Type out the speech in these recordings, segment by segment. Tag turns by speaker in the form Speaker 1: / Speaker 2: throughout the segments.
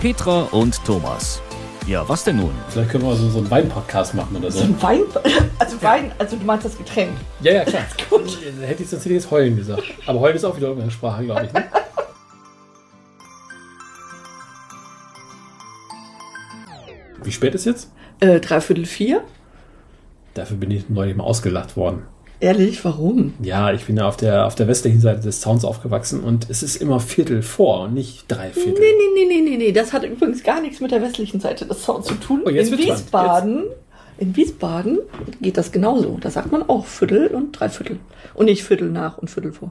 Speaker 1: Petra und Thomas. Ja, was denn nun?
Speaker 2: Vielleicht können wir mal so, so einen Wein-Podcast machen oder so.
Speaker 3: Ein Wein, also Wein, also du meinst das Getränk.
Speaker 2: Ja, ja, klar. Hätte ich sonst jetzt heulen gesagt. Aber heulen ist auch wieder Umgangssprache, glaube ich. Ne? Wie spät ist jetzt?
Speaker 3: Äh, dreiviertel vier?
Speaker 2: Dafür bin ich neulich mal ausgelacht worden.
Speaker 3: Ehrlich, warum?
Speaker 2: Ja, ich bin ja auf der, auf der westlichen Seite des Zauns aufgewachsen und es ist immer Viertel vor und nicht drei Viertel.
Speaker 3: Nee, nee, nee, nee, nee, nee. Das hat übrigens gar nichts mit der westlichen Seite des Zauns zu tun.
Speaker 2: Oh, jetzt
Speaker 3: in
Speaker 2: wird's spannend.
Speaker 3: Wiesbaden, in Wiesbaden geht das genauso. Da sagt man auch Viertel und Dreiviertel. Und nicht Viertel nach und Viertel vor.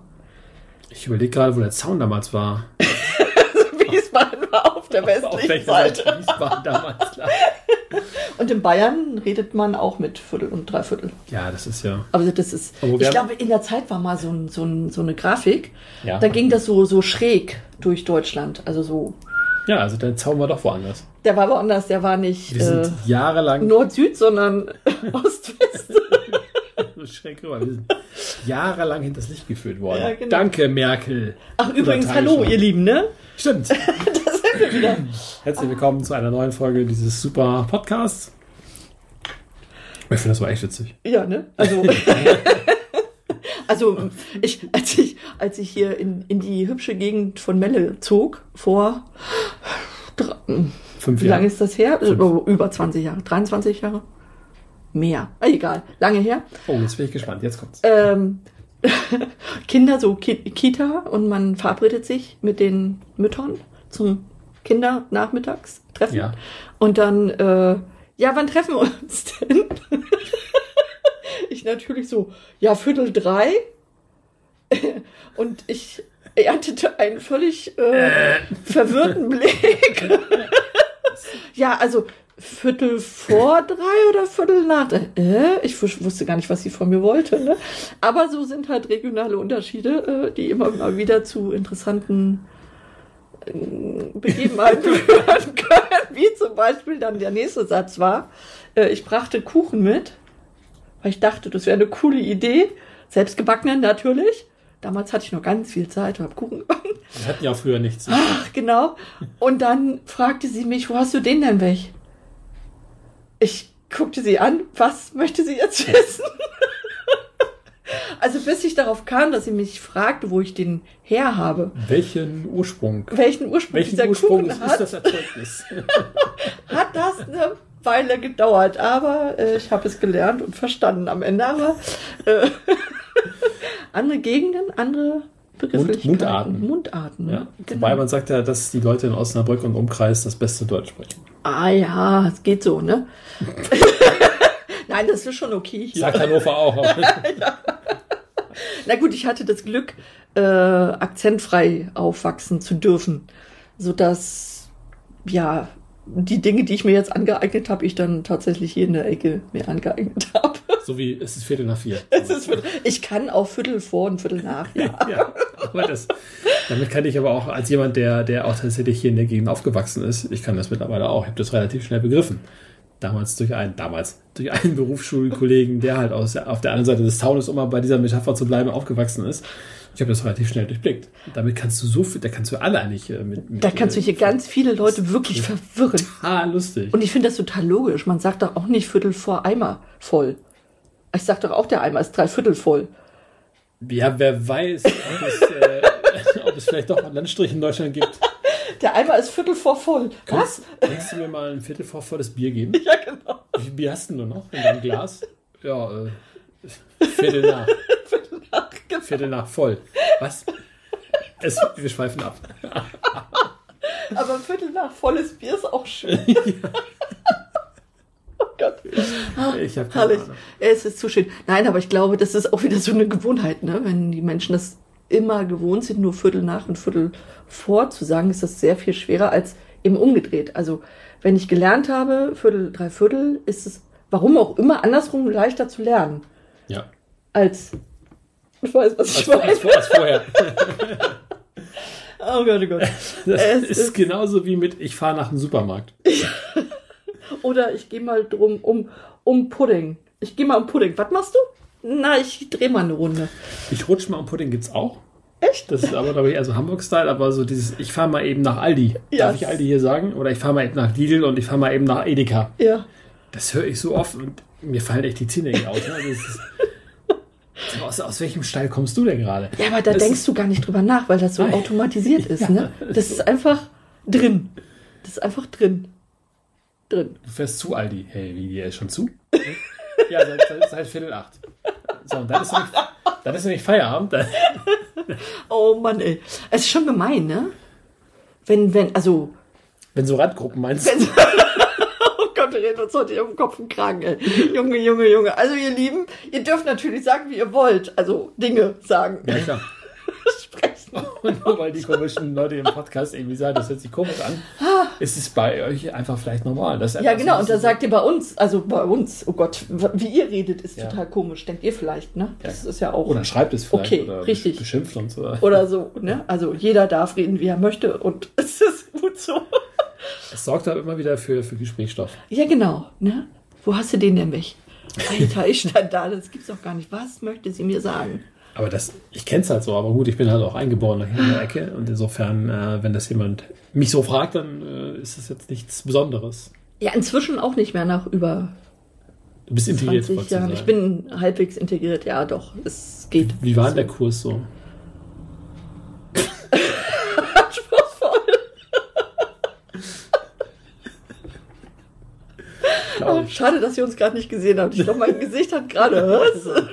Speaker 2: Ich überlege gerade, wo der Zaun damals war.
Speaker 3: Wiesbaden war auf der
Speaker 2: Auf
Speaker 3: westlichen
Speaker 2: welcher
Speaker 3: Seite.
Speaker 2: Seite Wiesbaden damals lag.
Speaker 3: Und in Bayern redet man auch mit Viertel und Dreiviertel.
Speaker 2: Ja, das ist ja.
Speaker 3: Also das ist,
Speaker 2: Aber wir
Speaker 3: ich
Speaker 2: haben-
Speaker 3: glaube, in der Zeit war mal so, ein, so, ein, so eine Grafik.
Speaker 2: Ja.
Speaker 3: Da ging das so, so schräg durch Deutschland. Also so.
Speaker 2: Ja, also der Zaun war doch woanders.
Speaker 3: Der war woanders, der war nicht
Speaker 2: Wir
Speaker 3: äh,
Speaker 2: sind jahrelang
Speaker 3: Nord-Süd, sondern Ost-West.
Speaker 2: So schräg rüber. Wir sind jahrelang hinters Licht geführt worden.
Speaker 3: Ja, genau.
Speaker 2: Danke, Merkel.
Speaker 3: Ach, übrigens,
Speaker 2: Oder
Speaker 3: hallo,
Speaker 2: Tagesschau.
Speaker 3: ihr Lieben, ne?
Speaker 2: Stimmt. da sind wir wieder. Herzlich willkommen zu einer neuen Folge dieses super Podcasts. Ich finde das war echt witzig.
Speaker 3: Ja, ne? Also. Also, ich, als, ich, als ich hier in, in die hübsche Gegend von Melle zog, vor, dr-
Speaker 2: Fünf
Speaker 3: wie
Speaker 2: Jahre.
Speaker 3: lange ist das her? Über über 20 Jahre, 23 Jahre? Mehr, Ah, egal, lange her.
Speaker 2: oh, jetzt bin ich gespannt. Jetzt kommt's.
Speaker 3: ähm, Kinder, so Ki Kita, und man verabredet sich mit den Müttern zum Kindernachmittagstreffen.
Speaker 2: Ja.
Speaker 3: Und dann, äh, ja, wann treffen wir uns denn? ich natürlich so, ja, Viertel drei. und ich erntete einen völlig äh, verwirrten Blick. ja, also. Viertel vor drei oder Viertel nach? Äh, ich wus- wusste gar nicht, was sie von mir wollte. Ne? Aber so sind halt regionale Unterschiede, äh, die immer mal wieder zu interessanten äh, Begebenheiten führen können. Wie zum Beispiel dann der nächste Satz war, äh, ich brachte Kuchen mit, weil ich dachte, das wäre eine coole Idee. Selbstgebackenen natürlich. Damals hatte ich noch ganz viel Zeit und habe Kuchen gebacken.
Speaker 2: Wir hatten ja früher nichts.
Speaker 3: Ach, genau. Und dann fragte sie mich, wo hast du den denn weg? Ich guckte sie an, was möchte sie jetzt wissen? also bis ich darauf kam, dass sie mich fragte, wo ich den her habe.
Speaker 2: Welchen Ursprung?
Speaker 3: Welchen Ursprung dieser
Speaker 2: Welchen Ursprung
Speaker 3: Kuchen
Speaker 2: ist,
Speaker 3: hat, Mhm.
Speaker 2: das Erzeugnis?
Speaker 3: hat das eine Weile gedauert. Aber äh, ich habe es gelernt und verstanden am Ende. Aber äh, andere Gegenden, andere Begrifflichkeiten.
Speaker 2: Mundarten.
Speaker 3: Mundarten.
Speaker 2: ja.
Speaker 3: genau.
Speaker 2: Wobei man sagt ja, dass die Leute in Osnabrück und Umkreis das beste Deutsch sprechen.
Speaker 3: Ah ja, es geht so, ne? Nein, das ist schon okay hier.
Speaker 2: Sagt Hannover auch.
Speaker 3: Na gut, ich hatte das Glück, äh, akzentfrei aufwachsen zu dürfen, sodass, ja, die Dinge, die ich mir jetzt angeeignet habe, ich dann tatsächlich hier in der Ecke mir angeeignet habe.
Speaker 2: so wie es ist Viertel nach vier.
Speaker 3: Es ist Viertel- Ich kann auch Viertel vor und Viertel nach, ja.
Speaker 2: Ja, aber das, damit kann ich aber auch als jemand, der, der auch tatsächlich hier in der Gegend aufgewachsen ist, ich kann das mittlerweile auch, ich habe das relativ schnell begriffen. Damals durch einen, damals durch einen Berufsschulkollegen, der halt aus, auf der anderen Seite des Zaunes, um mal bei dieser Metapher zu bleiben, aufgewachsen ist. Ich habe das relativ schnell durchblickt. Damit kannst du so viel, da kannst du alle eigentlich äh, mit, mit.
Speaker 3: Da kannst du hier ganz viele Leute wirklich verwirren.
Speaker 2: Ah, lustig.
Speaker 3: Und ich finde das total logisch. Man sagt doch auch nicht Viertel vor Eimer voll. Ich sag doch auch, der Eimer ist drei Viertel voll.
Speaker 2: Ja, wer weiß, ob es, äh, ob es vielleicht doch einen Landstrich in Deutschland gibt.
Speaker 3: Der Eimer ist Viertel vor voll. Was?
Speaker 2: Kannst, kannst du mir mal ein Viertel vor, vor das Bier geben? Ja, genau. Wie viel Bier hast denn du noch in deinem Glas? Ja, äh, Viertel nach. Viertel nach voll. Was? Es, wir schweifen ab.
Speaker 3: Aber ein Viertel nach volles Bier ist auch schön. oh Gott.
Speaker 2: Ich habe keine
Speaker 3: Herrlich.
Speaker 2: Ahnung.
Speaker 3: Es ist zu schön. Nein, aber ich glaube, das ist auch wieder so eine Gewohnheit, ne? Wenn die Menschen das immer gewohnt sind, nur Viertel nach und Viertel vor zu sagen, ist das sehr viel schwerer als eben umgedreht. Also, wenn ich gelernt habe, Viertel, drei Viertel, ist es, warum auch immer, andersrum leichter zu lernen
Speaker 2: Ja.
Speaker 3: als, ich weiß, was ich
Speaker 2: Als,
Speaker 3: meine.
Speaker 2: als, vor- als vorher.
Speaker 3: Oh Gott, oh Gott.
Speaker 2: Das
Speaker 3: Es
Speaker 2: ist,
Speaker 3: ist-
Speaker 2: genauso wie mit ich fahre nach dem Supermarkt.
Speaker 3: Oder ich gehe mal drum um, um Pudding. Ich gehe mal um Pudding. Was machst du? Na, ich drehe mal eine Runde.
Speaker 2: Ich rutsche mal am Pudding gibt's auch.
Speaker 3: Echt?
Speaker 2: Das ist aber, glaube ich, eher so Hamburg-Style, aber so dieses, ich fahre mal eben nach Aldi.
Speaker 3: Ja.
Speaker 2: Darf ich Aldi hier sagen? Oder ich fahre mal eben nach Lidl und ich fahre mal eben nach Edeka.
Speaker 3: Ja.
Speaker 2: Das höre ich so oft und mir fallen echt die Zähne hier aus. Ne? Das ist, Sag mal, aus, aus welchem Stall kommst du denn gerade?
Speaker 3: Ja, aber da
Speaker 2: Das
Speaker 3: denkst du gar nicht drüber nach, weil das so
Speaker 2: Nein.
Speaker 3: automatisiert ist, ne? Das ist einfach drin. Das ist einfach drin. Drin.
Speaker 2: Du fährst zu Aldi. Hey, wie, der ist schon zu? ja, seit, seit, seit Viertel acht. So, und dann ist nämlich, dann ist nämlich Feierabend. Dann,
Speaker 3: Oh Mann, ey. Es ist schon gemein, ne? Wenn, wenn, also,
Speaker 2: wenn so Randgruppen meinst.
Speaker 3: oh Gott, wir reden uns heute hier um den Kopf und Kragen, ey. Junge, Junge, Junge. Also, ihr Lieben, ihr dürft natürlich sagen, wie ihr wollt. Also, Dinge sagen,
Speaker 2: Ja, klar.
Speaker 3: sprechen.
Speaker 2: Und nur weil die komischen Leute im Podcast irgendwie sagen, das hört sich komisch an, ist es bei euch einfach vielleicht normal. Das ist
Speaker 3: Ah. Ja,
Speaker 2: etwas,
Speaker 3: genau. Und da
Speaker 2: was-
Speaker 3: sagt ihr bei uns, also bei uns, oh Gott, w- wie ihr redet, ist
Speaker 2: Ja.
Speaker 3: total komisch, denkt ihr vielleicht, ne? Das
Speaker 2: Ja.
Speaker 3: ist ja auch.
Speaker 2: Oder Oh, schreibt es vielleicht.
Speaker 3: Okay,
Speaker 2: oder
Speaker 3: richtig.
Speaker 2: Beschimpft und so.
Speaker 3: oder so, ne? Also jeder darf reden, wie er möchte und es ist gut so.
Speaker 2: Es sorgt halt immer wieder für, für Gesprächsstoff.
Speaker 3: Ja, genau, ne? Wo hast du den denn weg? Alter, ich stand da, das gibt's doch gar nicht. Was möchte sie mir sagen?
Speaker 2: Aber das, ich kenne es halt so, aber gut, ich bin halt auch eingeboren hier in der Ecke. Und insofern, äh, wenn das jemand mich so fragt, dann äh, ist das jetzt nichts Besonderes.
Speaker 3: Ja, inzwischen auch nicht mehr nach über
Speaker 2: Du bist integriert.
Speaker 3: 20
Speaker 2: wolltest du
Speaker 3: Jahren.
Speaker 2: sagen.
Speaker 3: Ich bin halbwegs integriert, ja doch, es geht.
Speaker 2: Wie war denn der Kurs so? Glaub
Speaker 3: Oh,
Speaker 2: ich.
Speaker 3: schade, dass ihr uns gerade nicht gesehen habt. Ich glaube, mein Gesicht hat gerade. Was?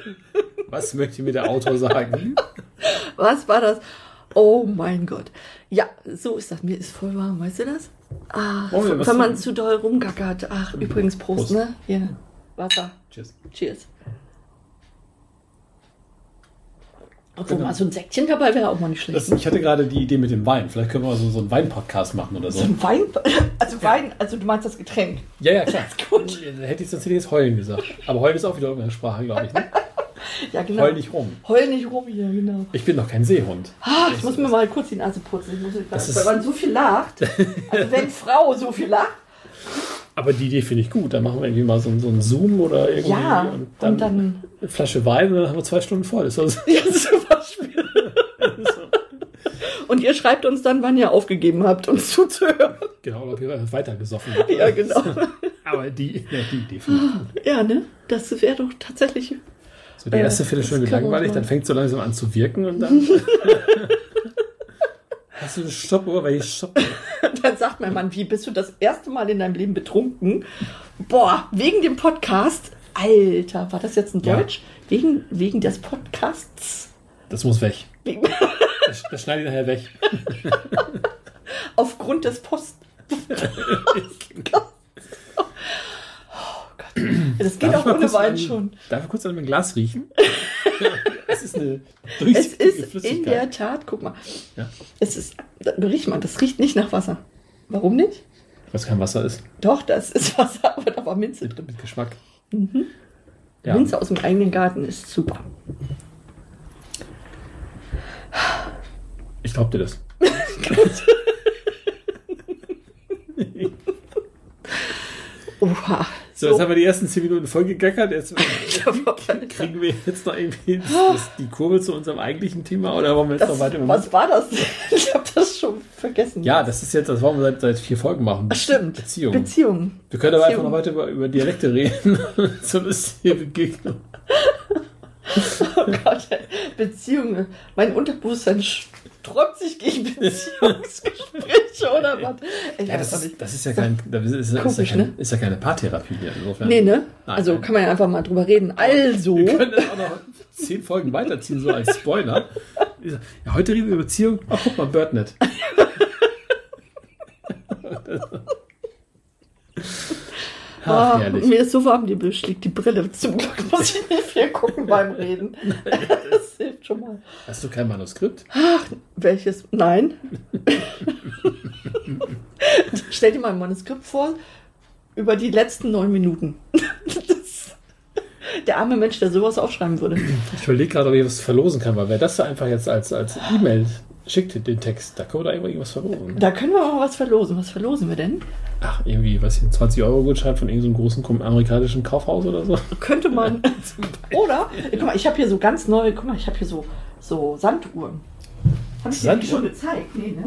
Speaker 2: Was möchte mir der Autor sagen?
Speaker 3: Was war das? Oh mein Gott. Ja, so ist das. Mir ist voll warm, weißt du das? Ah,
Speaker 2: Oh, ja, was
Speaker 3: wenn man
Speaker 2: denn? Mhm.
Speaker 3: zu doll rumgackert. Ach, übrigens Prost,
Speaker 2: Prost.
Speaker 3: ne? Hier, Wasser.
Speaker 2: Tschüss.
Speaker 3: Cheers. Obwohl mal so ein Säckchen dabei wäre auch mal nicht schlecht.
Speaker 2: Genau. Das, ich hatte gerade die Idee mit dem Wein. Vielleicht können wir mal so, so einen Wein-Podcast machen oder so.
Speaker 3: Zum Wein, also Wein, also du meinst das Getränk.
Speaker 2: Ja, ja, klar.
Speaker 3: Gut.
Speaker 2: Dann Äh, hätte ich sonst jetzt heulen gesagt. Aber heulen ist auch wieder Umgangssprache, glaube ich. Ne?
Speaker 3: Ja, genau.
Speaker 2: Heul nicht rum.
Speaker 3: Heul nicht rum hier, genau.
Speaker 2: Ich bin doch kein Seehund.
Speaker 3: Ah, ich muss mir mal kurz die Nase putzen. Ich muss
Speaker 2: Das
Speaker 3: weil
Speaker 2: ist-
Speaker 3: man so viel lacht. Also wenn Frau so viel lacht,
Speaker 2: Aber die Idee finde ich gut. Dann machen wir irgendwie mal so, einen- so einen Zoom oder irgendwie.
Speaker 3: Ja,
Speaker 2: Oh, und dann,
Speaker 3: und dann-
Speaker 2: eine Flasche Wein und dann haben wir zwei Stunden voll. Ist das,
Speaker 3: Ja, zum Beispiel. Und ihr schreibt uns dann, wann ihr aufgegeben habt, uns zuzuhören.
Speaker 2: genau, oder ob ihr weitergesoffen
Speaker 3: Ja, genau.
Speaker 2: Aber die, ja, die Idee finde ich gut.
Speaker 3: Ja, ne? Das wäre doch tatsächlich.
Speaker 2: So, die
Speaker 3: Äh,
Speaker 2: erste Viertelstunde wird
Speaker 3: das kann man
Speaker 2: langweilig,
Speaker 3: machen.
Speaker 2: dann fängt so langsam an zu wirken und dann. Hast du eine Stoppuhr? Welche Stoppuhr?
Speaker 3: Dann sagt mein Mann, wie bist du das erste Mal in deinem Leben betrunken? Boah, wegen dem Podcast. Alter, war das jetzt ein
Speaker 2: Ja.
Speaker 3: Deutsch? Wegen, wegen des Podcasts?
Speaker 2: Das muss weg.
Speaker 3: Wegen,
Speaker 2: Das, das schneide ich nachher weg.
Speaker 3: aufgrund des Post. Oh Gott. Das geht
Speaker 2: Darf ich
Speaker 3: auch
Speaker 2: mal
Speaker 3: ohne
Speaker 2: kurz
Speaker 3: Wein
Speaker 2: an-
Speaker 3: schon.
Speaker 2: Darf ich kurz an mein Glas riechen? es ist eine
Speaker 3: Es
Speaker 2: durchsichtige
Speaker 3: ist in der
Speaker 2: Flüssigkeit.
Speaker 3: Tat, guck mal.
Speaker 2: Ja.
Speaker 3: Es ist, da riecht man, das riecht nicht nach Wasser. Warum nicht?
Speaker 2: Was kein Wasser ist.
Speaker 3: Doch, das ist Wasser, aber da war Minze
Speaker 2: Mit,
Speaker 3: drin.
Speaker 2: mit Geschmack.
Speaker 3: Mhm.
Speaker 2: Ja.
Speaker 3: Minze aus dem eigenen Garten ist super.
Speaker 2: Ich glaub dir das.
Speaker 3: Oha.
Speaker 2: So, jetzt haben wir die ersten 10 Minuten vollgegackert. Jetzt
Speaker 3: wir
Speaker 2: kriegen wir jetzt noch irgendwie das, das, die Kurve zu unserem eigentlichen Thema oder wollen wir jetzt noch
Speaker 3: das,
Speaker 2: weiter?
Speaker 3: was war das? Ich habe das schon vergessen.
Speaker 2: Ja, das ist jetzt, das wollen wir seit, seit vier Folgen machen.
Speaker 3: Ach, stimmt.
Speaker 2: Beziehung.
Speaker 3: Beziehung.
Speaker 2: wir können aber einfach
Speaker 3: Beziehung.
Speaker 2: noch weiter über, über Dialekte reden. so eine Begegnung.
Speaker 3: Oh Gott, ey. Beziehung. Mein Unterbewusstsein sträubt sich gegen Beziehungsgespräche oder was? Ich
Speaker 2: Ja,
Speaker 3: weiß
Speaker 2: das
Speaker 3: auch
Speaker 2: ist, das ist ja kein, das ist, ist, ist, ja
Speaker 3: Komisch,
Speaker 2: kein,
Speaker 3: ne?
Speaker 2: ist ja keine Paartherapie hier. Insofern.
Speaker 3: Nee, ne?
Speaker 2: Nein.
Speaker 3: also kann man ja einfach mal drüber reden. Also,
Speaker 2: Wir können das auch noch zehn Folgen weiterziehen, so als Spoiler. Ja, heute reden wir über Beziehung. Ach, guck mal, Birdnet. Ach,
Speaker 3: ah,
Speaker 2: herrlich.
Speaker 3: mir ist so warm, die Büsch liegt die Brille. Zum Glück muss ich nicht viel gucken beim Reden. Das hilft schon mal.
Speaker 2: Hast du kein Manuskript?
Speaker 3: Welches? Nein. Stell dir mal ein Manuskript vor über die letzten neun Minuten. Das, der arme Mensch, der sowas aufschreiben würde.
Speaker 2: Ich überlege gerade, ob ich was verlosen kann, weil wer das da einfach jetzt als, als E-Mail schickt, den Text, da können wir da irgendwo irgendwas verlosen.
Speaker 3: Da können wir mal was verlosen. Was verlosen wir denn?
Speaker 2: Ach, irgendwie, was ein 20-Euro-Gutschein von irgendeinem großen kom- amerikanischen Kaufhaus oder so.
Speaker 3: Könnte man. Oder? Guck mal, ich habe hier so ganz neue, guck mal, ich habe hier so, so Sanduhren. Habe ich dir
Speaker 2: Sanduhr?
Speaker 3: die schon gezeigt? Nee, ne?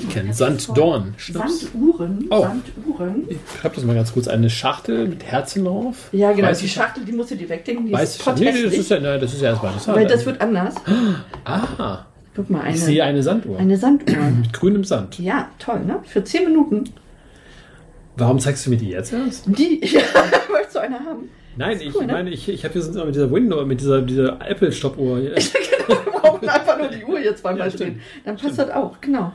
Speaker 2: Ich kenne Sanddorn. Schnaps.
Speaker 3: Sanduhren.
Speaker 2: Oh.
Speaker 3: Sanduhren.
Speaker 2: Ich klappe das mal ganz kurz. Eine Schachtel mit Herzen drauf.
Speaker 3: Ja, genau.
Speaker 2: Weiß
Speaker 3: die
Speaker 2: ich-
Speaker 3: Schachtel, die musst du dir wegdenken. Die
Speaker 2: Weiß ich
Speaker 3: ist
Speaker 2: nee, nee, das ist
Speaker 3: potthässlich.
Speaker 2: ja, nein, das ist ja erstmal interessant.
Speaker 3: Weil das wird anders.
Speaker 2: ah,
Speaker 3: Guck mal,
Speaker 2: ich sehe
Speaker 3: eine,
Speaker 2: eine Sanduhr.
Speaker 3: eine Sanduhr.
Speaker 2: Mit grünem Sand.
Speaker 3: Ja, toll, ne? Für 10 Minuten.
Speaker 2: Warum zeigst du mir die jetzt erst?
Speaker 3: Die, ja, möchtest du eine haben?
Speaker 2: Nein, ich
Speaker 3: cool, ne?
Speaker 2: meine, ich, ich habe hier sonst immer mit dieser Window, mit dieser, dieser Apple-Stoppuhr. hier.
Speaker 3: Wir brauchen einfach nur die Uhr jetzt zweimal
Speaker 2: Ja,
Speaker 3: stehen.
Speaker 2: stimmt.
Speaker 3: Dann passt das auch, genau.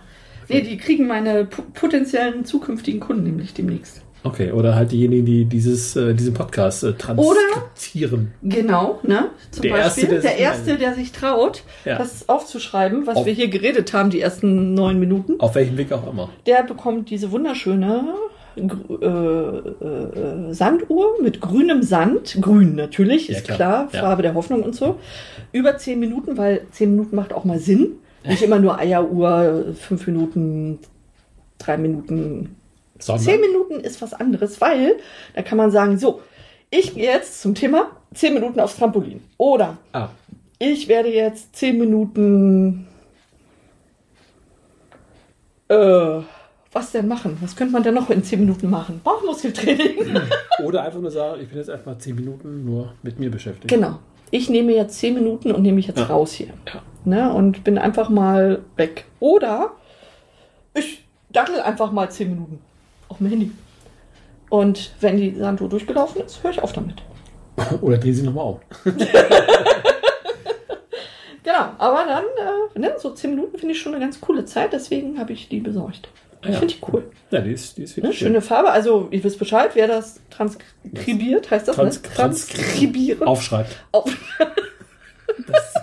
Speaker 3: Nee, die kriegen meine pu- potenziellen zukünftigen Kunden nämlich demnächst.
Speaker 2: Okay, oder halt diejenigen, die dieses, äh, diesen Podcast äh, transkrizieren.
Speaker 3: Genau, ne? Zum
Speaker 2: Der Erste,
Speaker 3: Beispiel.
Speaker 2: der
Speaker 3: der
Speaker 2: sich-
Speaker 3: Erste, der sich traut,
Speaker 2: Ja.
Speaker 3: das aufzuschreiben, was
Speaker 2: Auf-
Speaker 3: wir hier geredet haben, die ersten neun Minuten,
Speaker 2: Auf welchem Weg auch immer.
Speaker 3: der bekommt diese wunderschöne grü- äh, äh, Sanduhr mit grünem Sand. Grün natürlich,
Speaker 2: Ja,
Speaker 3: ist
Speaker 2: klar.
Speaker 3: klar,
Speaker 2: Ja.
Speaker 3: Farbe der Hoffnung und so. Über zehn Minuten, weil zehn Minuten macht auch mal Sinn. Nicht immer nur Eieruhr, fünf Minuten, drei Minuten,
Speaker 2: Sondern,
Speaker 3: Zehn Minuten ist was anderes, weil da kann man sagen, so, ich gehe jetzt zum Thema zehn Minuten aufs Trampolin. Oder
Speaker 2: Ah,
Speaker 3: ich werde jetzt zehn Minuten. Äh, was denn machen? Was könnte man denn noch in zehn Minuten machen? Bauchmuskeltraining.
Speaker 2: oder einfach nur sagen, ich bin jetzt einfach zehn Minuten nur mit mir beschäftigt.
Speaker 3: genau. Ich nehme jetzt zehn Minuten und nehme mich jetzt
Speaker 2: Ja.
Speaker 3: raus hier.
Speaker 2: Ja.
Speaker 3: Ne? Und bin einfach mal weg. Oder ich dattel einfach mal zehn Minuten auf dem Handy. Und wenn die Sanduhr durchgelaufen ist, höre ich auf damit.
Speaker 2: Oder drehen sie nochmal um. auf.
Speaker 3: Genau, aber dann, äh, ne, so 10 Minuten finde ich schon eine ganz coole Zeit, deswegen habe ich die besorgt.
Speaker 2: Ah ja.
Speaker 3: Finde ich cool.
Speaker 2: Ja, die ist, die ist
Speaker 3: Ne?
Speaker 2: wirklich schön.
Speaker 3: Schöne Farbe, also ihr wisst Bescheid, wer das transkribiert, heißt das,
Speaker 2: Trans-
Speaker 3: ne? Oh, Transkribieren.
Speaker 2: Aufschreibt.
Speaker 3: Auf-
Speaker 2: Das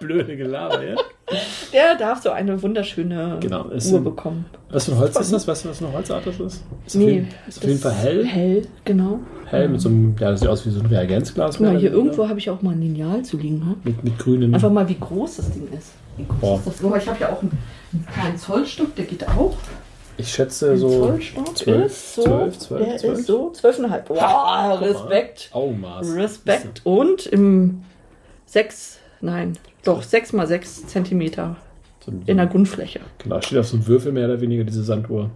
Speaker 2: blöde Gelaber, ja?
Speaker 3: Der darf so eine wunderschöne
Speaker 2: Genau, ist
Speaker 3: Uhr
Speaker 2: ein-
Speaker 3: bekommen.
Speaker 2: Was für ein Holz ist das? Weißt du, was für eine Holzart das ist? Ist auf
Speaker 3: Nee,
Speaker 2: jeden, ist auf jeden Fall
Speaker 3: das-
Speaker 2: hell.
Speaker 3: Hell, genau.
Speaker 2: Hell mit so einem, ja, das sieht aus wie so ein Reagenzglas.
Speaker 3: Guck mal,
Speaker 2: mehr
Speaker 3: hier
Speaker 2: oder weniger.
Speaker 3: irgendwo habe ich auch mal ein Lineal zu liegen. Ne?
Speaker 2: Mit, mit grünem.
Speaker 3: Einfach mal, wie groß das Ding ist. Wie groß
Speaker 2: Boah.
Speaker 3: ist das? Guck mal, ich habe ja auch einen, einen kleinen Zollstock, der geht auch.
Speaker 2: ich schätze
Speaker 3: Ein
Speaker 2: so.
Speaker 3: Zollstock
Speaker 2: Also zwölf,
Speaker 3: ist so,
Speaker 2: zwölf, zwölf,
Speaker 3: der
Speaker 2: zwölf.
Speaker 3: ist so zwölfeinhalb. Wow,
Speaker 2: Guck mal.
Speaker 3: Respekt.
Speaker 2: Augenmaß.
Speaker 3: Respekt. Und im 6, nein, doch, 6 mal 6 Zentimeter
Speaker 2: So, so,
Speaker 3: in der Grundfläche.
Speaker 2: genau, steht auf so einem Würfel mehr oder weniger, diese Sanduhr.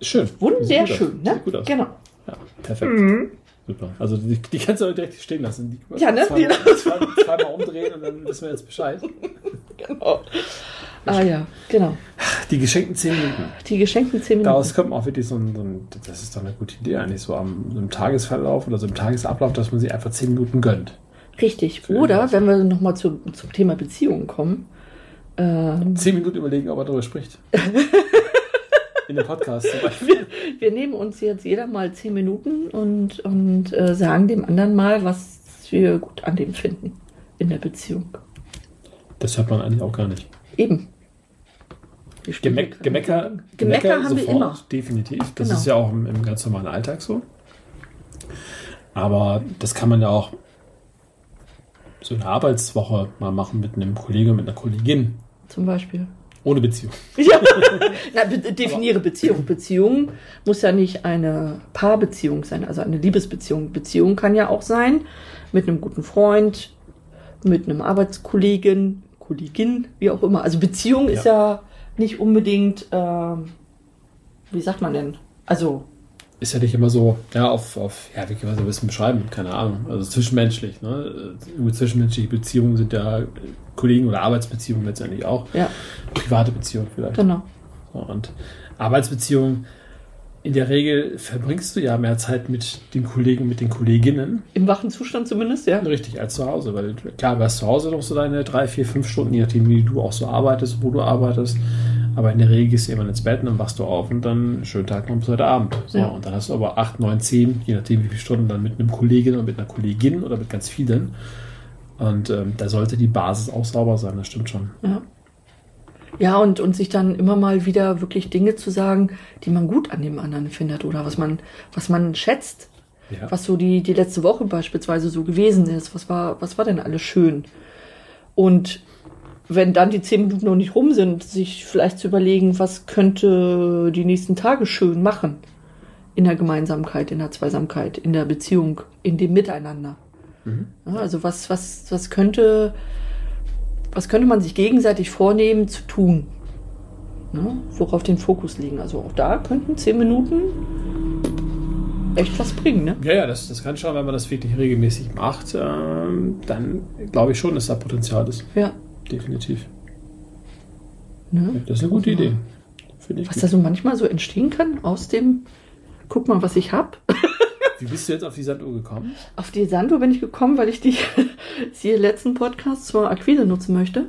Speaker 2: Ist Schön. Sieht gut aus.
Speaker 3: Wunderschön, ne?
Speaker 2: Sieht gut aus.
Speaker 3: Genau.
Speaker 2: Ja, perfekt. Super. Also die, die kannst du auch direkt stehen lassen. Die
Speaker 3: Ja, ne?
Speaker 2: Zweimal,
Speaker 3: Die-
Speaker 2: zweimal, zweimal umdrehen und dann wissen wir jetzt Bescheid.
Speaker 3: genau. Ah ja, genau.
Speaker 2: Die geschenkten 10 Minuten.
Speaker 3: Die geschenkten 10 Minuten.
Speaker 2: Daraus kommt auch wirklich so ein, so ein, das ist doch eine gute Idee eigentlich, so am so im Tagesverlauf oder so im Tagesablauf, dass man sich einfach 10 Minuten gönnt.
Speaker 3: Richtig.
Speaker 2: Für
Speaker 3: Oder
Speaker 2: irgendwas.
Speaker 3: wenn wir nochmal zu, zum Thema Beziehungen kommen. Ähm,
Speaker 2: 10 Minuten überlegen, ob er darüber spricht. In dem Podcast zum Beispiel.
Speaker 3: wir nehmen uns jetzt jeder mal 10 Minuten und, und äh, sagen dem anderen mal, was wir gut an dem finden in der Beziehung.
Speaker 2: Das hört man eigentlich auch gar nicht.
Speaker 3: Eben. Wir spielen
Speaker 2: Gemeck,
Speaker 3: gerade.
Speaker 2: Gemecker,
Speaker 3: Gemecker haben wir
Speaker 2: sofort,
Speaker 3: immer.
Speaker 2: Definitiv. Das
Speaker 3: Genau.
Speaker 2: ist ja auch im, im ganz normalen Alltag so. Aber das kann man ja auch so eine Arbeitswoche mal machen mit einem Kollegen, mit einer Kollegin.
Speaker 3: Zum Beispiel.
Speaker 2: Ohne Beziehung.
Speaker 3: Ja. Na, be definiere Beziehung. Beziehung muss ja nicht eine Paarbeziehung sein, also eine Liebesbeziehung. Beziehung kann ja auch sein mit einem guten Freund, mit einem Arbeitskollegen, Kollegin, wie auch immer. Also Beziehung ist ja nicht unbedingt, ähm, wie sagt man denn? Also
Speaker 2: Ist ja nicht immer so, ja, auf, auf ja, wie kann man so ein bisschen beschreiben? Keine Ahnung. Also zwischenmenschlich, ne? Äh, Zwischenmenschliche Beziehungen sind ja äh, Kollegen- oder Arbeitsbeziehungen letztendlich auch.
Speaker 3: ja,
Speaker 2: Private Beziehungen vielleicht.
Speaker 3: genau.
Speaker 2: So, Und Arbeitsbeziehungen, in der Regel verbringst du ja mehr Zeit mit den Kollegen, mit den Kolleginnen,
Speaker 3: Im wachen Zustand zumindest, ja.
Speaker 2: richtig, als zu Hause. Weil klar, du hast zu Hause noch so deine drei, vier, fünf Stunden, je nachdem, wie du auch so arbeitest, wo du arbeitest. Aber in der Regel gehst du irgendwann ins Bett und dann wachst du auf und dann schönen Tag noch bis heute Abend. So,
Speaker 3: Ja.
Speaker 2: Und dann hast du aber acht, neun, zehn, je nachdem, wie viele Stunden dann mit einem Kollegen oder mit einer Kollegin oder mit ganz vielen. Und ähm, da sollte die Basis auch sauber sein, das stimmt schon.
Speaker 3: Ja. Ja, und, und sich dann immer mal wieder wirklich Dinge zu sagen, die man gut an dem anderen findet oder was man, was man schätzt.
Speaker 2: Ja.
Speaker 3: Was so die, die letzte Woche beispielsweise so gewesen ist. Was war, was war denn alles schön? Und wenn dann die zehn Minuten noch nicht rum sind, sich vielleicht zu überlegen, was könnte die nächsten Tage schön machen. In der Gemeinsamkeit, in der Zweisamkeit, in der Beziehung, in dem Miteinander. Ja, also was, was, was könnte was könnte man sich gegenseitig vornehmen zu tun? Ne? Worauf den Fokus liegen. Also auch da könnten zehn Minuten echt was bringen, ne?
Speaker 2: Ja, ja, das, das kann schon, wenn man das wirklich regelmäßig macht, ähm, dann glaube ich schon, dass da Potenzial ist.
Speaker 3: Ja.
Speaker 2: Definitiv.
Speaker 3: Ne?
Speaker 2: Das ist eine gute Idee. Finde ich.
Speaker 3: Was
Speaker 2: gut.
Speaker 3: da so manchmal so entstehen kann aus dem, guck mal, was ich hab.
Speaker 2: Wie bist du jetzt auf die Sanduhr gekommen?
Speaker 3: Auf die Sanduhr bin ich gekommen, weil ich die, die letzten Podcast zur Akquise nutzen möchte.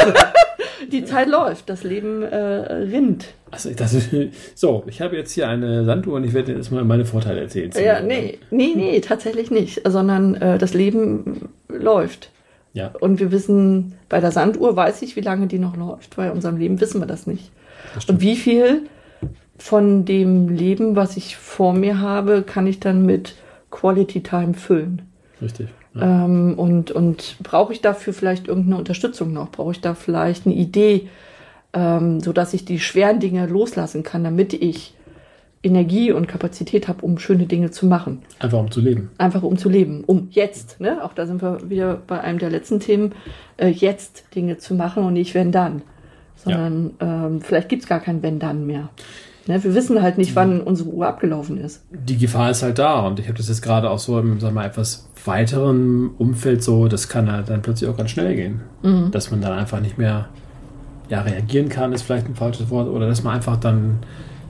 Speaker 3: die Zeit läuft, das Leben äh, rinnt.
Speaker 2: Also, das, so, ich habe jetzt hier eine Sanduhr und ich werde dir jetzt mal meine Vorteile erzählen.
Speaker 3: Ja, nee, nee, nee, tatsächlich nicht, sondern äh, das Leben läuft.
Speaker 2: Ja,
Speaker 3: Und wir wissen, bei der Sanduhr weiß ich, wie lange die noch läuft. Bei unserem Leben wissen wir das nicht. Und wie viel von dem Leben, was ich vor mir habe, kann ich dann mit Quality Time füllen?
Speaker 2: richtig. Ja.
Speaker 3: Ähm, und und brauche ich dafür vielleicht irgendeine Unterstützung noch? Brauche ich da vielleicht eine Idee, ähm, sodass ich die schweren Dinge loslassen kann, damit ich Energie und Kapazität habe, um schöne Dinge zu machen?
Speaker 2: Einfach um zu leben.
Speaker 3: Einfach um zu leben, um jetzt, ne? auch da sind wir wieder bei einem der letzten Themen, äh, jetzt Dinge zu machen und nicht wenn dann. Sondern ähm, vielleicht gibt es gar kein wenn dann mehr. Ne? Wir wissen halt nicht, wann unsere Uhr abgelaufen ist.
Speaker 2: die Gefahr ist halt da und ich habe das jetzt gerade auch so im sag mal, etwas weiteren Umfeld so, das kann halt dann plötzlich auch ganz schnell gehen. Dass man dann einfach nicht mehr ja, reagieren kann, ist vielleicht ein falsches Wort, oder dass man einfach dann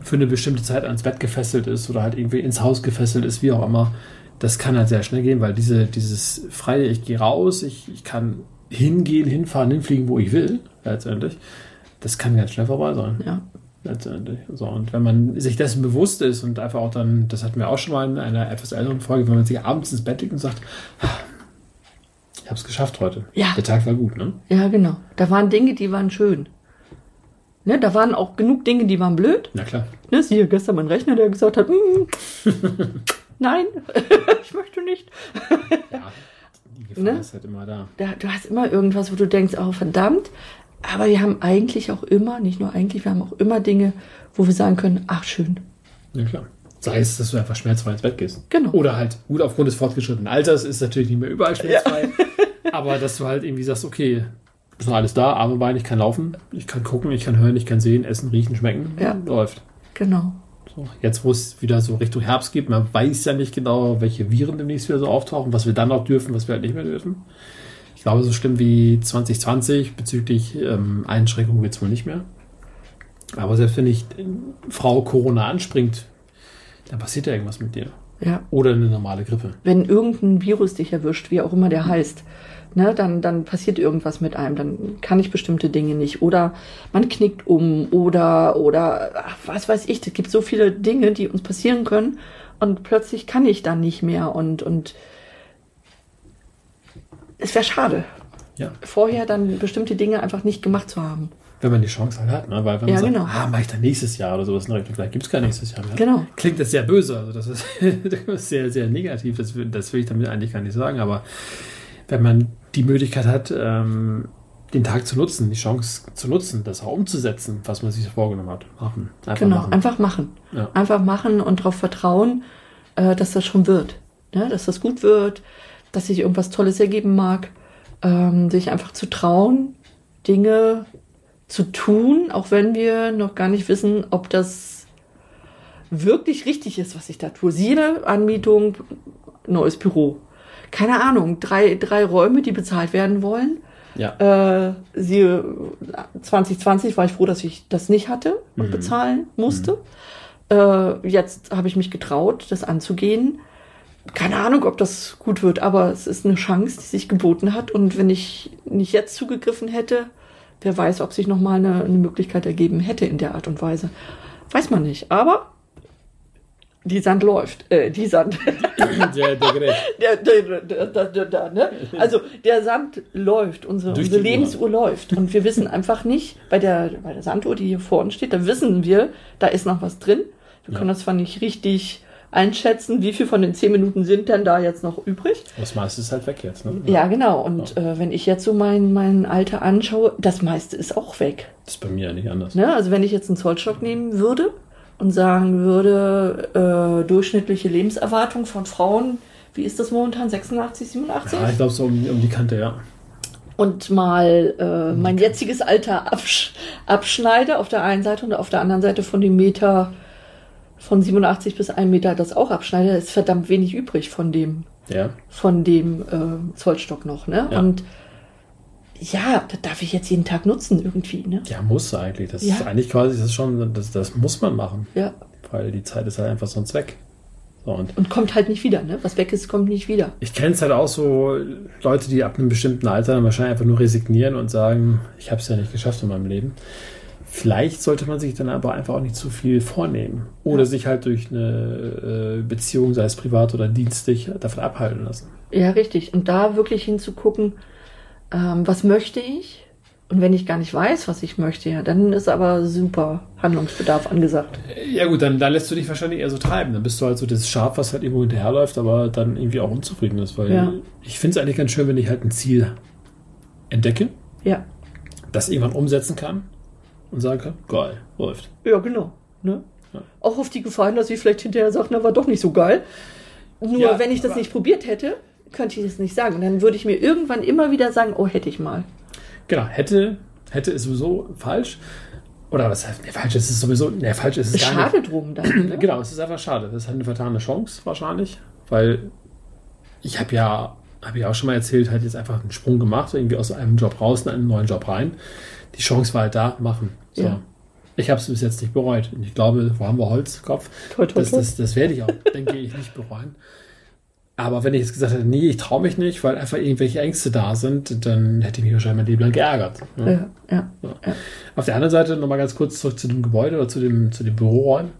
Speaker 2: für eine bestimmte Zeit ans Bett gefesselt ist oder halt irgendwie ins Haus gefesselt ist, wie auch immer. Das kann halt sehr schnell gehen, weil diese, dieses freie, ich gehe raus, ich, ich kann hingehen, hinfahren, hinfliegen, wo ich will, letztendlich, das kann ganz schnell vorbei sein
Speaker 3: Ja.
Speaker 2: letztendlich. So, und wenn man sich dessen bewusst ist und einfach auch dann, das hatten wir auch schon mal in einer etwas älteren Folge, wenn man sich abends ins Bett legt und sagt, "Ah, ich habe es geschafft heute.
Speaker 3: Ja.
Speaker 2: Der Tag war gut, ne?
Speaker 3: Ja, genau. Da waren Dinge, die waren schön. Ne, da waren auch genug Dinge, die waren blöd.
Speaker 2: Na klar.
Speaker 3: Ne, siehe gestern mein Rechner, der gesagt hat, "Mm, nein, ich möchte nicht.
Speaker 2: Ja. Die Gefahr
Speaker 3: Ne?
Speaker 2: ist halt immer da.
Speaker 3: Da, du hast immer irgendwas, wo du denkst, oh verdammt. Aber wir haben eigentlich auch immer, nicht nur eigentlich, wir haben auch immer Dinge, wo wir sagen können, ach schön.
Speaker 2: Na klar. Sei es, dass du einfach schmerzfrei ins Bett gehangst.
Speaker 3: Genau.
Speaker 2: Oder halt, gut, aufgrund des fortgeschrittenen Alters ist natürlich nicht mehr überall schmerzfrei. Aber dass du halt irgendwie sagst, okay, ist noch alles da, Arme, Beine, ich kann laufen, ich kann gucken, ich kann hören, ich kann sehen, essen, riechen, schmecken.
Speaker 3: Ja.
Speaker 2: Läuft.
Speaker 3: Genau.
Speaker 2: So, jetzt, wo es wieder so Richtung Herbst geht, man weiß ja nicht genau, welche Viren demnächst wieder so auftauchen, was wir dann noch dürfen, was wir halt nicht mehr dürfen. Ich glaube, so schlimm wie 2020 bezüglich ähm, Einschränkungen wird es wohl nicht mehr. Aber selbst wenn nicht äh, Frau Corona anspringt, dann passiert ja irgendwas mit dir.
Speaker 3: Ja.
Speaker 2: Oder eine normale Grippe.
Speaker 3: Wenn irgendein Virus dich erwischt, wie auch immer der heißt, ne, dann, dann passiert irgendwas mit einem, dann kann ich bestimmte Dinge nicht. Oder man knickt um oder oder ach, was weiß ich, es gibt so viele Dinge, die uns passieren können und plötzlich kann ich dann nicht mehr und, und es wäre schade,
Speaker 2: Ja,
Speaker 3: vorher dann bestimmte Dinge einfach nicht gemacht zu haben.
Speaker 2: wenn man die Chance halt hat. Ne? Weil wenn
Speaker 3: Ja,
Speaker 2: man
Speaker 3: genau.
Speaker 2: sagt, ah, mache ich dann nächstes Jahr oder sowas in der Richtung, vielleicht gibt es kein nächstes Jahr mehr.
Speaker 3: Genau.
Speaker 2: Klingt das sehr böse, also das ist, das ist sehr, sehr negativ, das, will- das will ich damit eigentlich gar nicht sagen, aber wenn man die Möglichkeit hat, ähm, den Tag zu nutzen, die Chance zu nutzen, das auch umzusetzen, was man sich vorgenommen hat, machen. Einfach
Speaker 3: Genau,
Speaker 2: machen.
Speaker 3: einfach machen.
Speaker 2: Ja.
Speaker 3: Einfach machen und darauf vertrauen, äh, dass das schon wird. Ne? Dass das gut wird, dass sich irgendwas Tolles ergeben mag. Ähm, sich einfach zu trauen, Dinge zu tun, auch wenn wir noch gar nicht wissen, ob das wirklich richtig ist, was ich da tue. Jede Anmietung, neues Büro. Keine Ahnung, drei, drei Räume, die bezahlt werden wollen.
Speaker 2: ja.
Speaker 3: Äh, siehe, 2020 war ich froh, dass ich das nicht hatte und
Speaker 2: Mhm.
Speaker 3: bezahlen musste. Äh, jetzt habe ich mich getraut, das anzugehen. Keine Ahnung, ob das gut wird, aber es ist eine Chance, die sich geboten hat. Und wenn ich nicht jetzt zugegriffen hätte, wer weiß, ob sich nochmal eine, eine Möglichkeit ergeben hätte in der Art und Weise. Weiß man nicht. Aber die Sand läuft. Äh, die Sand.
Speaker 2: Sehr, sehr gerecht.
Speaker 3: Der, der, der, der, der, der, ne? Also der Sand läuft, unsere,
Speaker 2: Durch
Speaker 3: unsere
Speaker 2: die Uhr.
Speaker 3: Lebensuhr läuft. Und wir wissen einfach nicht, bei der, bei der Sanduhr, die hier vor uns steht, da wissen wir, da ist noch was drin. Wir
Speaker 2: Ja.
Speaker 3: können das zwar nicht richtig einschätzen, wie viel von den zehn Minuten sind denn da jetzt noch übrig.
Speaker 2: Das meiste ist halt weg jetzt. Ne?
Speaker 3: Ja, genau. Und äh, wenn ich jetzt so mein, mein Alter anschaue, das meiste ist auch weg.
Speaker 2: Das ist bei mir ja nicht anders.
Speaker 3: Ne? Also wenn ich jetzt einen Zollstock nehmen würde und sagen würde, äh, durchschnittliche Lebenserwartung von Frauen, wie ist das momentan? 86, 87?
Speaker 2: Ja, ich glaube so um, um die Kante, ja.
Speaker 3: und mal äh, mein jetziges Alter absch abschneide auf der einen Seite und auf der anderen Seite von dem Meter von 87 bis 1 Meter das auch abschneide, ist verdammt wenig übrig von dem,
Speaker 2: Ja.
Speaker 3: von dem äh, Zollstock noch. Ne?
Speaker 2: Ja.
Speaker 3: Und ja, das darf ich jetzt jeden Tag nutzen irgendwie. Ne?
Speaker 2: Ja, muss eigentlich. Das
Speaker 3: Ja.
Speaker 2: ist eigentlich quasi, das ist schon, das, das muss man machen.
Speaker 3: Ja.
Speaker 2: Weil die Zeit ist halt einfach sonst weg. So, und
Speaker 3: Und kommt halt nicht wieder. Ne? Was weg ist, kommt nicht wieder.
Speaker 2: ich kenne es halt auch so, Leute, die ab einem bestimmten Alter dann wahrscheinlich einfach nur resignieren und sagen, ich habe es ja nicht geschafft in meinem Leben. Vielleicht sollte man sich dann aber einfach auch nicht zu viel vornehmen. Oder sich halt durch eine äh, Beziehung, sei es privat oder dienstlich, davon abhalten lassen.
Speaker 3: Ja, richtig. Und da wirklich hinzugucken, ähm, was möchte ich? Und wenn ich gar nicht weiß, was ich möchte, ja, dann ist aber super Handlungsbedarf angesagt.
Speaker 2: Ja gut, dann da lässt du dich wahrscheinlich eher so treiben. Dann bist du halt so das Schaf, was halt irgendwo hinterherläuft, aber dann irgendwie auch unzufrieden ist. Weil
Speaker 3: Ja.
Speaker 2: ich finde es eigentlich ganz schön, wenn ich halt ein Ziel entdecke,
Speaker 3: Ja.
Speaker 2: das irgendwann umsetzen kann und sagen kann, geil, läuft.
Speaker 3: Ja, genau. Ne?
Speaker 2: Ja.
Speaker 3: Auch auf die Gefahr, hin, dass ich vielleicht hinterher sage, na, war doch nicht so geil. Nur
Speaker 2: Ja,
Speaker 3: wenn ich das
Speaker 2: aber-
Speaker 3: nicht probiert hätte, könnte ich das nicht sagen. Und dann würde ich mir irgendwann immer wieder sagen, oh, hätte ich mal.
Speaker 2: Genau, hätte, hätte ist sowieso falsch. Oder was heißt, nee, falsch ist es sowieso, nee, falsch ist es
Speaker 3: Ist
Speaker 2: gar nicht.
Speaker 3: schade drum dann. Ne?
Speaker 2: Genau, es ist einfach schade. Das ist halt eine vertane Chance wahrscheinlich, weil ich habe ja, habe ich auch schon mal erzählt, halt jetzt einfach einen Sprung gemacht, irgendwie aus einem Job raus in einen neuen Job rein. Die Chance war halt da, machen. So.
Speaker 3: Ja.
Speaker 2: Ich habe es bis jetzt nicht bereut. Und ich glaube, wo haben wir Holzkopf?
Speaker 3: Toi, toi,
Speaker 2: das
Speaker 3: toi.
Speaker 2: das, das werde ich auch, denke ich, nicht bereuen. Aber wenn ich jetzt gesagt hätte, nee, ich traue mich nicht, weil einfach irgendwelche Ängste da sind, dann hätte ich mich wahrscheinlich mein Leben lang geärgert. ne?
Speaker 3: Ja, ja.
Speaker 2: Auf der anderen Seite nochmal ganz kurz zurück zu dem Gebäude oder zu, dem, zu den Büroräumen.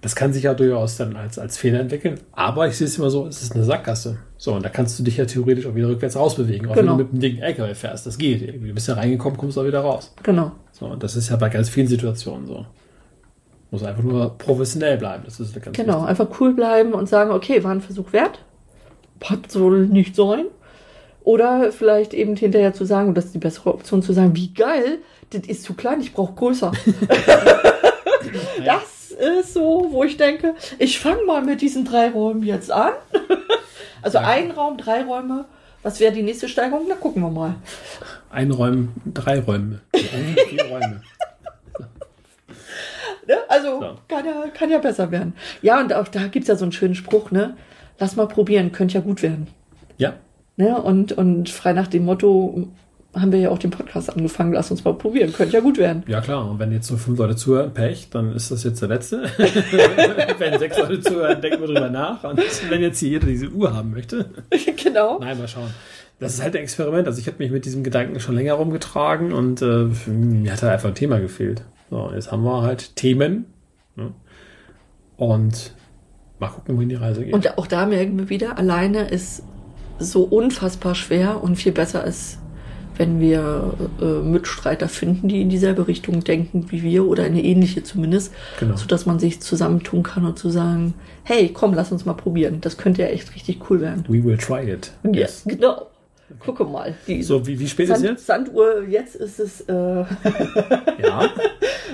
Speaker 2: Das kann sich ja durchaus dann als, als Fehler entwickeln, aber ich sehe es immer so, es ist eine Sackgasse. So, und da kannst du dich ja theoretisch auch wieder rückwärts rausbewegen, auch
Speaker 3: Genau.
Speaker 2: wenn du mit dem dicken LKW fährst. Das geht. Irgendwie. Du bist ja reingekommen, kommst auch wieder raus.
Speaker 3: genau.
Speaker 2: So, und das ist ja bei ganz vielen Situationen so. Muss einfach nur professionell bleiben. Das ist ganz
Speaker 3: Genau, einfach cool bleiben und sagen, okay, war ein Versuch wert, hat wohl nicht sein. Oder vielleicht eben hinterher zu sagen, und das ist die bessere Option, zu sagen, wie geil, das ist zu klein, ich brauche größer. das ist so, wo ich denke, ich fange mal mit diesen drei Räumen jetzt an. also
Speaker 2: Ja.
Speaker 3: ein Raum, drei Räume. Was wäre die nächste Steigerung? Na, gucken wir mal.
Speaker 2: Einräumen, drei Räume. Vier Räume.
Speaker 3: Ne? Also
Speaker 2: Ja.
Speaker 3: Kann, ja, kann ja besser werden. Ja, und auch da gibt es ja so einen schönen Spruch, ne? Lass mal probieren, könnte ja gut werden.
Speaker 2: Ja,
Speaker 3: Ne? Und, und frei nach dem Motto haben wir ja auch den Podcast angefangen, lass uns mal probieren, könnte ja gut werden.
Speaker 2: Ja klar, und wenn jetzt nur fünf Leute zuhören, Pech, dann ist das jetzt der letzte. wenn sechs Leute zuhören, denken wir drüber nach. Und wenn jetzt hier jeder diese Uhr haben möchte.
Speaker 3: genau.
Speaker 2: Nein, mal schauen. Das ist halt ein Experiment. Also ich habe mich mit diesem Gedanken schon länger rumgetragen und äh, mir hat halt einfach ein Thema gefehlt. So, jetzt haben wir halt Themen. Ne? Und mal gucken, wohin die Reise geht.
Speaker 3: Und auch da merken wir wieder, alleine ist so unfassbar schwer und viel besser ist, wenn wir äh, Mitstreiter finden, die in dieselbe Richtung denken wie wir oder eine ähnliche zumindest,
Speaker 2: Genau.
Speaker 3: sodass man sich zusammentun kann und zu sagen, hey, komm, lass uns mal probieren. Das könnte ja echt richtig cool werden.
Speaker 2: We will try it.
Speaker 3: Yes. Genau. Gucke mal. Die
Speaker 2: So, wie, wie spät
Speaker 3: Sand,
Speaker 2: ist jetzt?
Speaker 3: Sanduhr, jetzt ist es äh,
Speaker 2: Ja.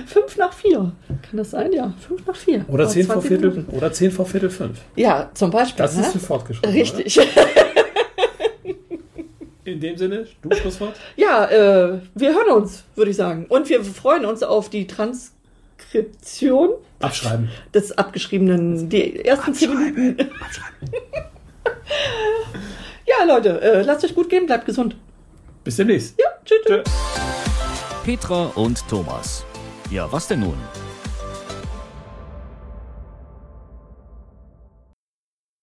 Speaker 3: Fünf nach vier. Kann das sein? Ja, fünf nach vier.
Speaker 2: Oder
Speaker 3: Vor
Speaker 2: zehn vor
Speaker 3: 20
Speaker 2: Viertel,
Speaker 3: Minuten.
Speaker 2: oder zehn vor Viertel fünf.
Speaker 3: Ja, zum Beispiel.
Speaker 2: Das
Speaker 3: ne?
Speaker 2: ist für fortgeschritten.
Speaker 3: Richtig.
Speaker 2: Oder? In dem Sinne, du Schlusswort.
Speaker 3: Ja, äh, wir hören uns, würde ich sagen. Und wir freuen uns auf die Transkription
Speaker 2: Abschreiben.
Speaker 3: des abgeschriebenen, die ersten zehn Minuten. ja, Leute, äh, lasst euch gut gehen, bleibt gesund.
Speaker 2: Bis demnächst.
Speaker 3: Ja, tschüss. tschüss.
Speaker 1: Petra und Thomas. Ja, was denn nun?